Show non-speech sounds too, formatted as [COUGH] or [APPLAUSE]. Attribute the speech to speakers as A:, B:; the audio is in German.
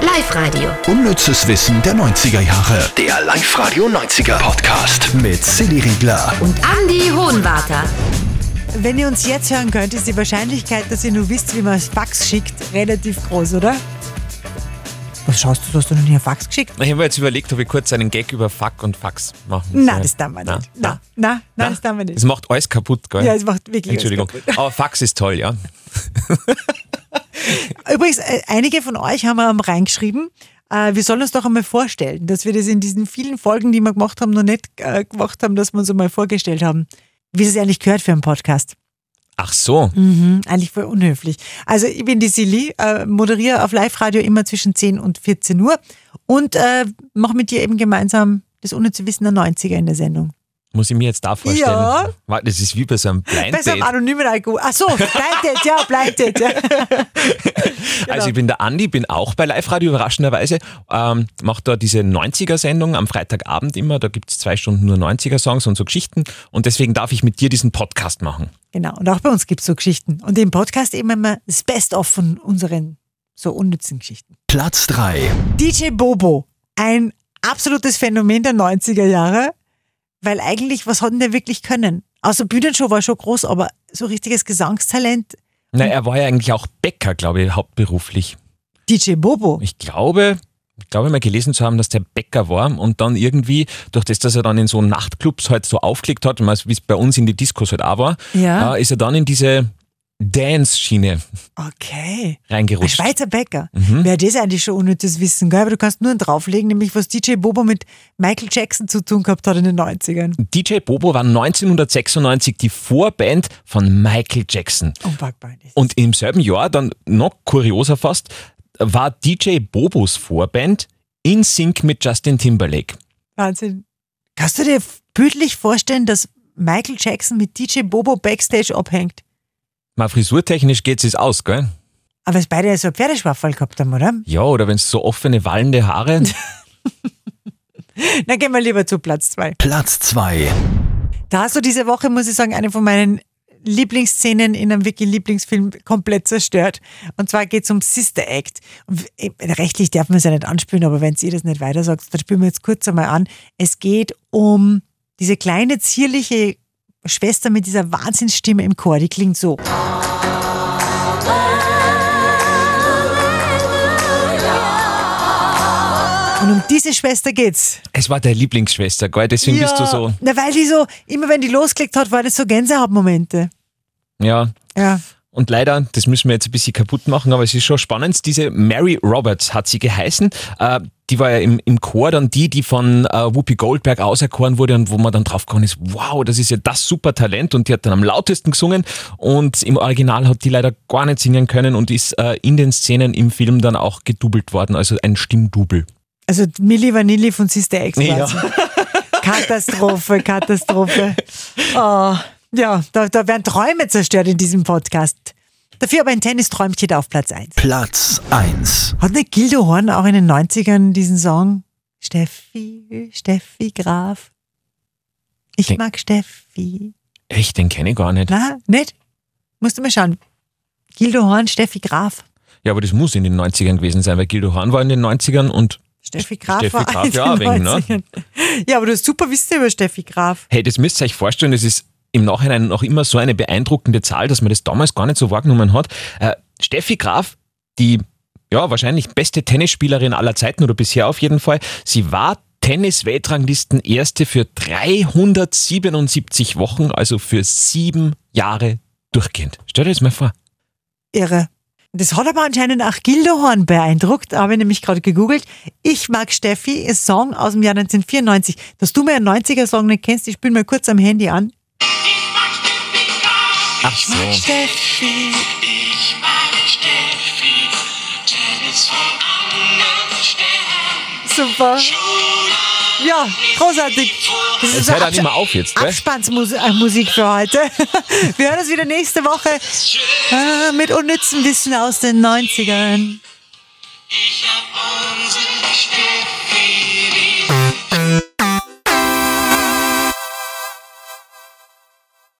A: Live-Radio.
B: Unnützes Wissen der 90er Jahre.
C: Der Live-Radio 90er Podcast.
B: Mit Silly Riegler.
A: Und Andy Hohenwarter.
D: Wenn ihr uns jetzt hören könnt, ist die Wahrscheinlichkeit, dass ihr nur wisst, wie man Fax schickt, relativ groß, oder? Was schaust du, du hast doch noch nie einen Fax geschickt?
E: Ich habe mir jetzt überlegt, ob ich kurz einen Gag über Fuck und Fax machen soll.
D: Nein, das darf man nicht. Nein, nein, nein, das darf man
E: Es
D: nicht.
E: macht alles kaputt, gell?
D: Ja, es macht wirklich alles
E: Entschuldigung.
D: kaputt.
E: Aber Fax ist toll, ja.
D: Übrigens, äh, einige von euch haben ähm, reingeschrieben, äh, wir sollen uns doch einmal vorstellen, dass wir das in diesen vielen Folgen, die wir gemacht haben, noch nicht äh, gemacht haben, dass wir uns einmal vorgestellt haben, wie es eigentlich gehört für einen Podcast.
E: Ach so.
D: Mhm, eigentlich voll unhöflich. Also ich bin die Silly, äh, moderiere auf Live-Radio immer zwischen 10 und 14 Uhr und äh, mache mit dir eben gemeinsam das unnütze Wissen der 90er in der Sendung.
E: Muss ich mir jetzt da vorstellen?
D: Ja.
E: Warte, Das ist wie bei so einem Blind
D: Bei so einem
E: Date.
D: anonymen Alkohol. Ach so, bleitet, ja, bleitet. Ja. genau.
E: Also ich bin der Andi, bin auch bei Live-Radio überraschenderweise, ähm, mache da diese 90er-Sendung am Freitagabend immer, da gibt es zwei Stunden nur 90er-Songs und so Geschichten und deswegen darf ich mit dir diesen Podcast machen.
D: Genau, und auch bei uns gibt es so Geschichten. Und im Podcast eben immer das Best-of von unseren so unnützen Geschichten.
B: Platz 3.
D: DJ Bobo, ein absolutes Phänomen der 90er Jahre, weil eigentlich, was hat denn der wirklich können? Außer Bühnenshow war schon groß, aber so richtiges Gesangstalent,
E: Na,
D: Mhm.
E: er war ja eigentlich auch Bäcker, glaube ich, hauptberuflich.
D: DJ Bobo.
E: Ich glaube, ich glaube mal gelesen zu haben, dass der Bäcker war und dann irgendwie, durch das, dass er dann in so Nachtclubs halt so aufgelegt hat, und wie es bei uns in die Diskos halt auch war,
D: Ja.
E: äh, ist er dann in diese Dance-Schiene
D: Okay. Ein
E: reingerutscht.
D: Schweizer Bäcker. Wäre das eigentlich schon unnützes Wissen, gell? Aber du kannst nur einen drauflegen, nämlich was DJ Bobo mit Michael Jackson zu tun gehabt hat in den 90ern.
E: DJ Bobo war 1996 die Vorband von Michael Jackson.
D: Unpackbar. das ist-
E: Und im selben Jahr, dann noch kurioser fast, war DJ Bobos Vorband in Sync mit Justin Timberlake.
D: Wahnsinn. Kannst du dir bildlich vorstellen, dass Michael Jackson mit DJ Bobo Backstage abhängt?
E: Mal frisurtechnisch geht's es aus, gell?
D: Aber es beide so einen Pferdeschwaffel gehabt haben, [LAUGHS] oder?
E: Ja, oder wenn's so offene, wallende Haare.
D: Dann gehen wir lieber zu Platz zwei.
B: Platz 2.
D: Da hast du diese Woche, muss ich sagen, eine von meinen Lieblingsszenen in einem wirklich Lieblingsfilm komplett zerstört. Und zwar geht es um Sister Act. Und w- äh, rechtlich darf man es ja nicht anspielen, aber wenn ihr das nicht weiter sagt, dann spielen wir jetzt kurz einmal an. Es geht um diese kleine, zierliche Schwester mit dieser Wahnsinnsstimme im Chor. Die klingt so. Und um diese Schwester geht's.
E: Es war deine Lieblingsschwester, gell? Deswegen bist du so.
D: Na, weil die so, immer wenn die losgelegt hat, war das so Gänsehautmomente.
E: Ja.
D: Ja.
E: Und leider, das müssen wir jetzt ein bisschen kaputt machen, aber es ist schon spannend. Diese Mary Roberts hat sie geheißen. Äh, die war ja im, im Chor dann die, die von äh, Whoopi Goldberg auserkoren wurde und wo man dann draufgekommen ist, wow, das ist ja das super Talent und die hat dann am lautesten gesungen und im Original hat die leider gar nicht singen können und ist äh, in den Szenen im Film dann auch gedoubelt worden, also ein Stimmdubel.
D: Also Milli Vanilli von Sister X.
E: Ja.
D: quasi. [LAUGHS] Katastrophe,
E: [LAUGHS]
D: Katastrophe. Oh, ja, da, da werden Träume zerstört in diesem Podcast. Dafür aber ein Tennisträumchen auf Platz 1.
B: Platz 1.
D: Hat nicht Gildo Horn auch in den 90ern diesen Song? Steffi, Steffi Graf. Ich
E: Denk-
D: mag Steffi.
E: Echt, den kenne ich gar nicht.
D: Na, nicht? Musst du mal schauen. Gildo Horn, Steffi Graf.
E: Ja, aber das muss in den 90ern gewesen sein, weil Gildo Horn war in den 90ern und
D: Steffi Graf
E: Steffi
D: war
E: Graf,
D: in den
E: ja, wegen, ne?
D: 90ern. Ja, aber du hast super Wissen über Steffi Graf.
E: Hey, das müsst ihr euch vorstellen, das ist im Nachhinein noch immer so eine beeindruckende Zahl, dass man das damals gar nicht so wahrgenommen hat. Äh, Steffi Graf, die ja wahrscheinlich beste Tennisspielerin aller Zeiten oder bisher auf jeden Fall, sie war Tennis-Weltranglisten erste für 377 Wochen, also für sieben Jahre durchgehend. Stell dir das mal vor.
D: Irre. Das hat aber anscheinend auch Gildo Horn beeindruckt, habe ich nämlich gerade gegoogelt. Ich mag Steffi, ist Song aus dem Jahr 1994. Dass du mir einen 90er-Song nicht kennst, ich spiele mal kurz am Handy an.
E: Ach so.
D: Steffi.
F: Ich mag Steffi, Tennis vom anderen Stern.
D: Super. Ja, großartig. Das
E: Es
D: so
E: hört auch nicht
D: Absch-
E: mehr auf jetzt, gell?
D: Abspannsmusik äh, für heute. [LAUGHS] Wir hören uns wieder nächste Woche äh, mit unnützem Wissen aus den 90ern.
F: Ich hab unsere Steffi lieb.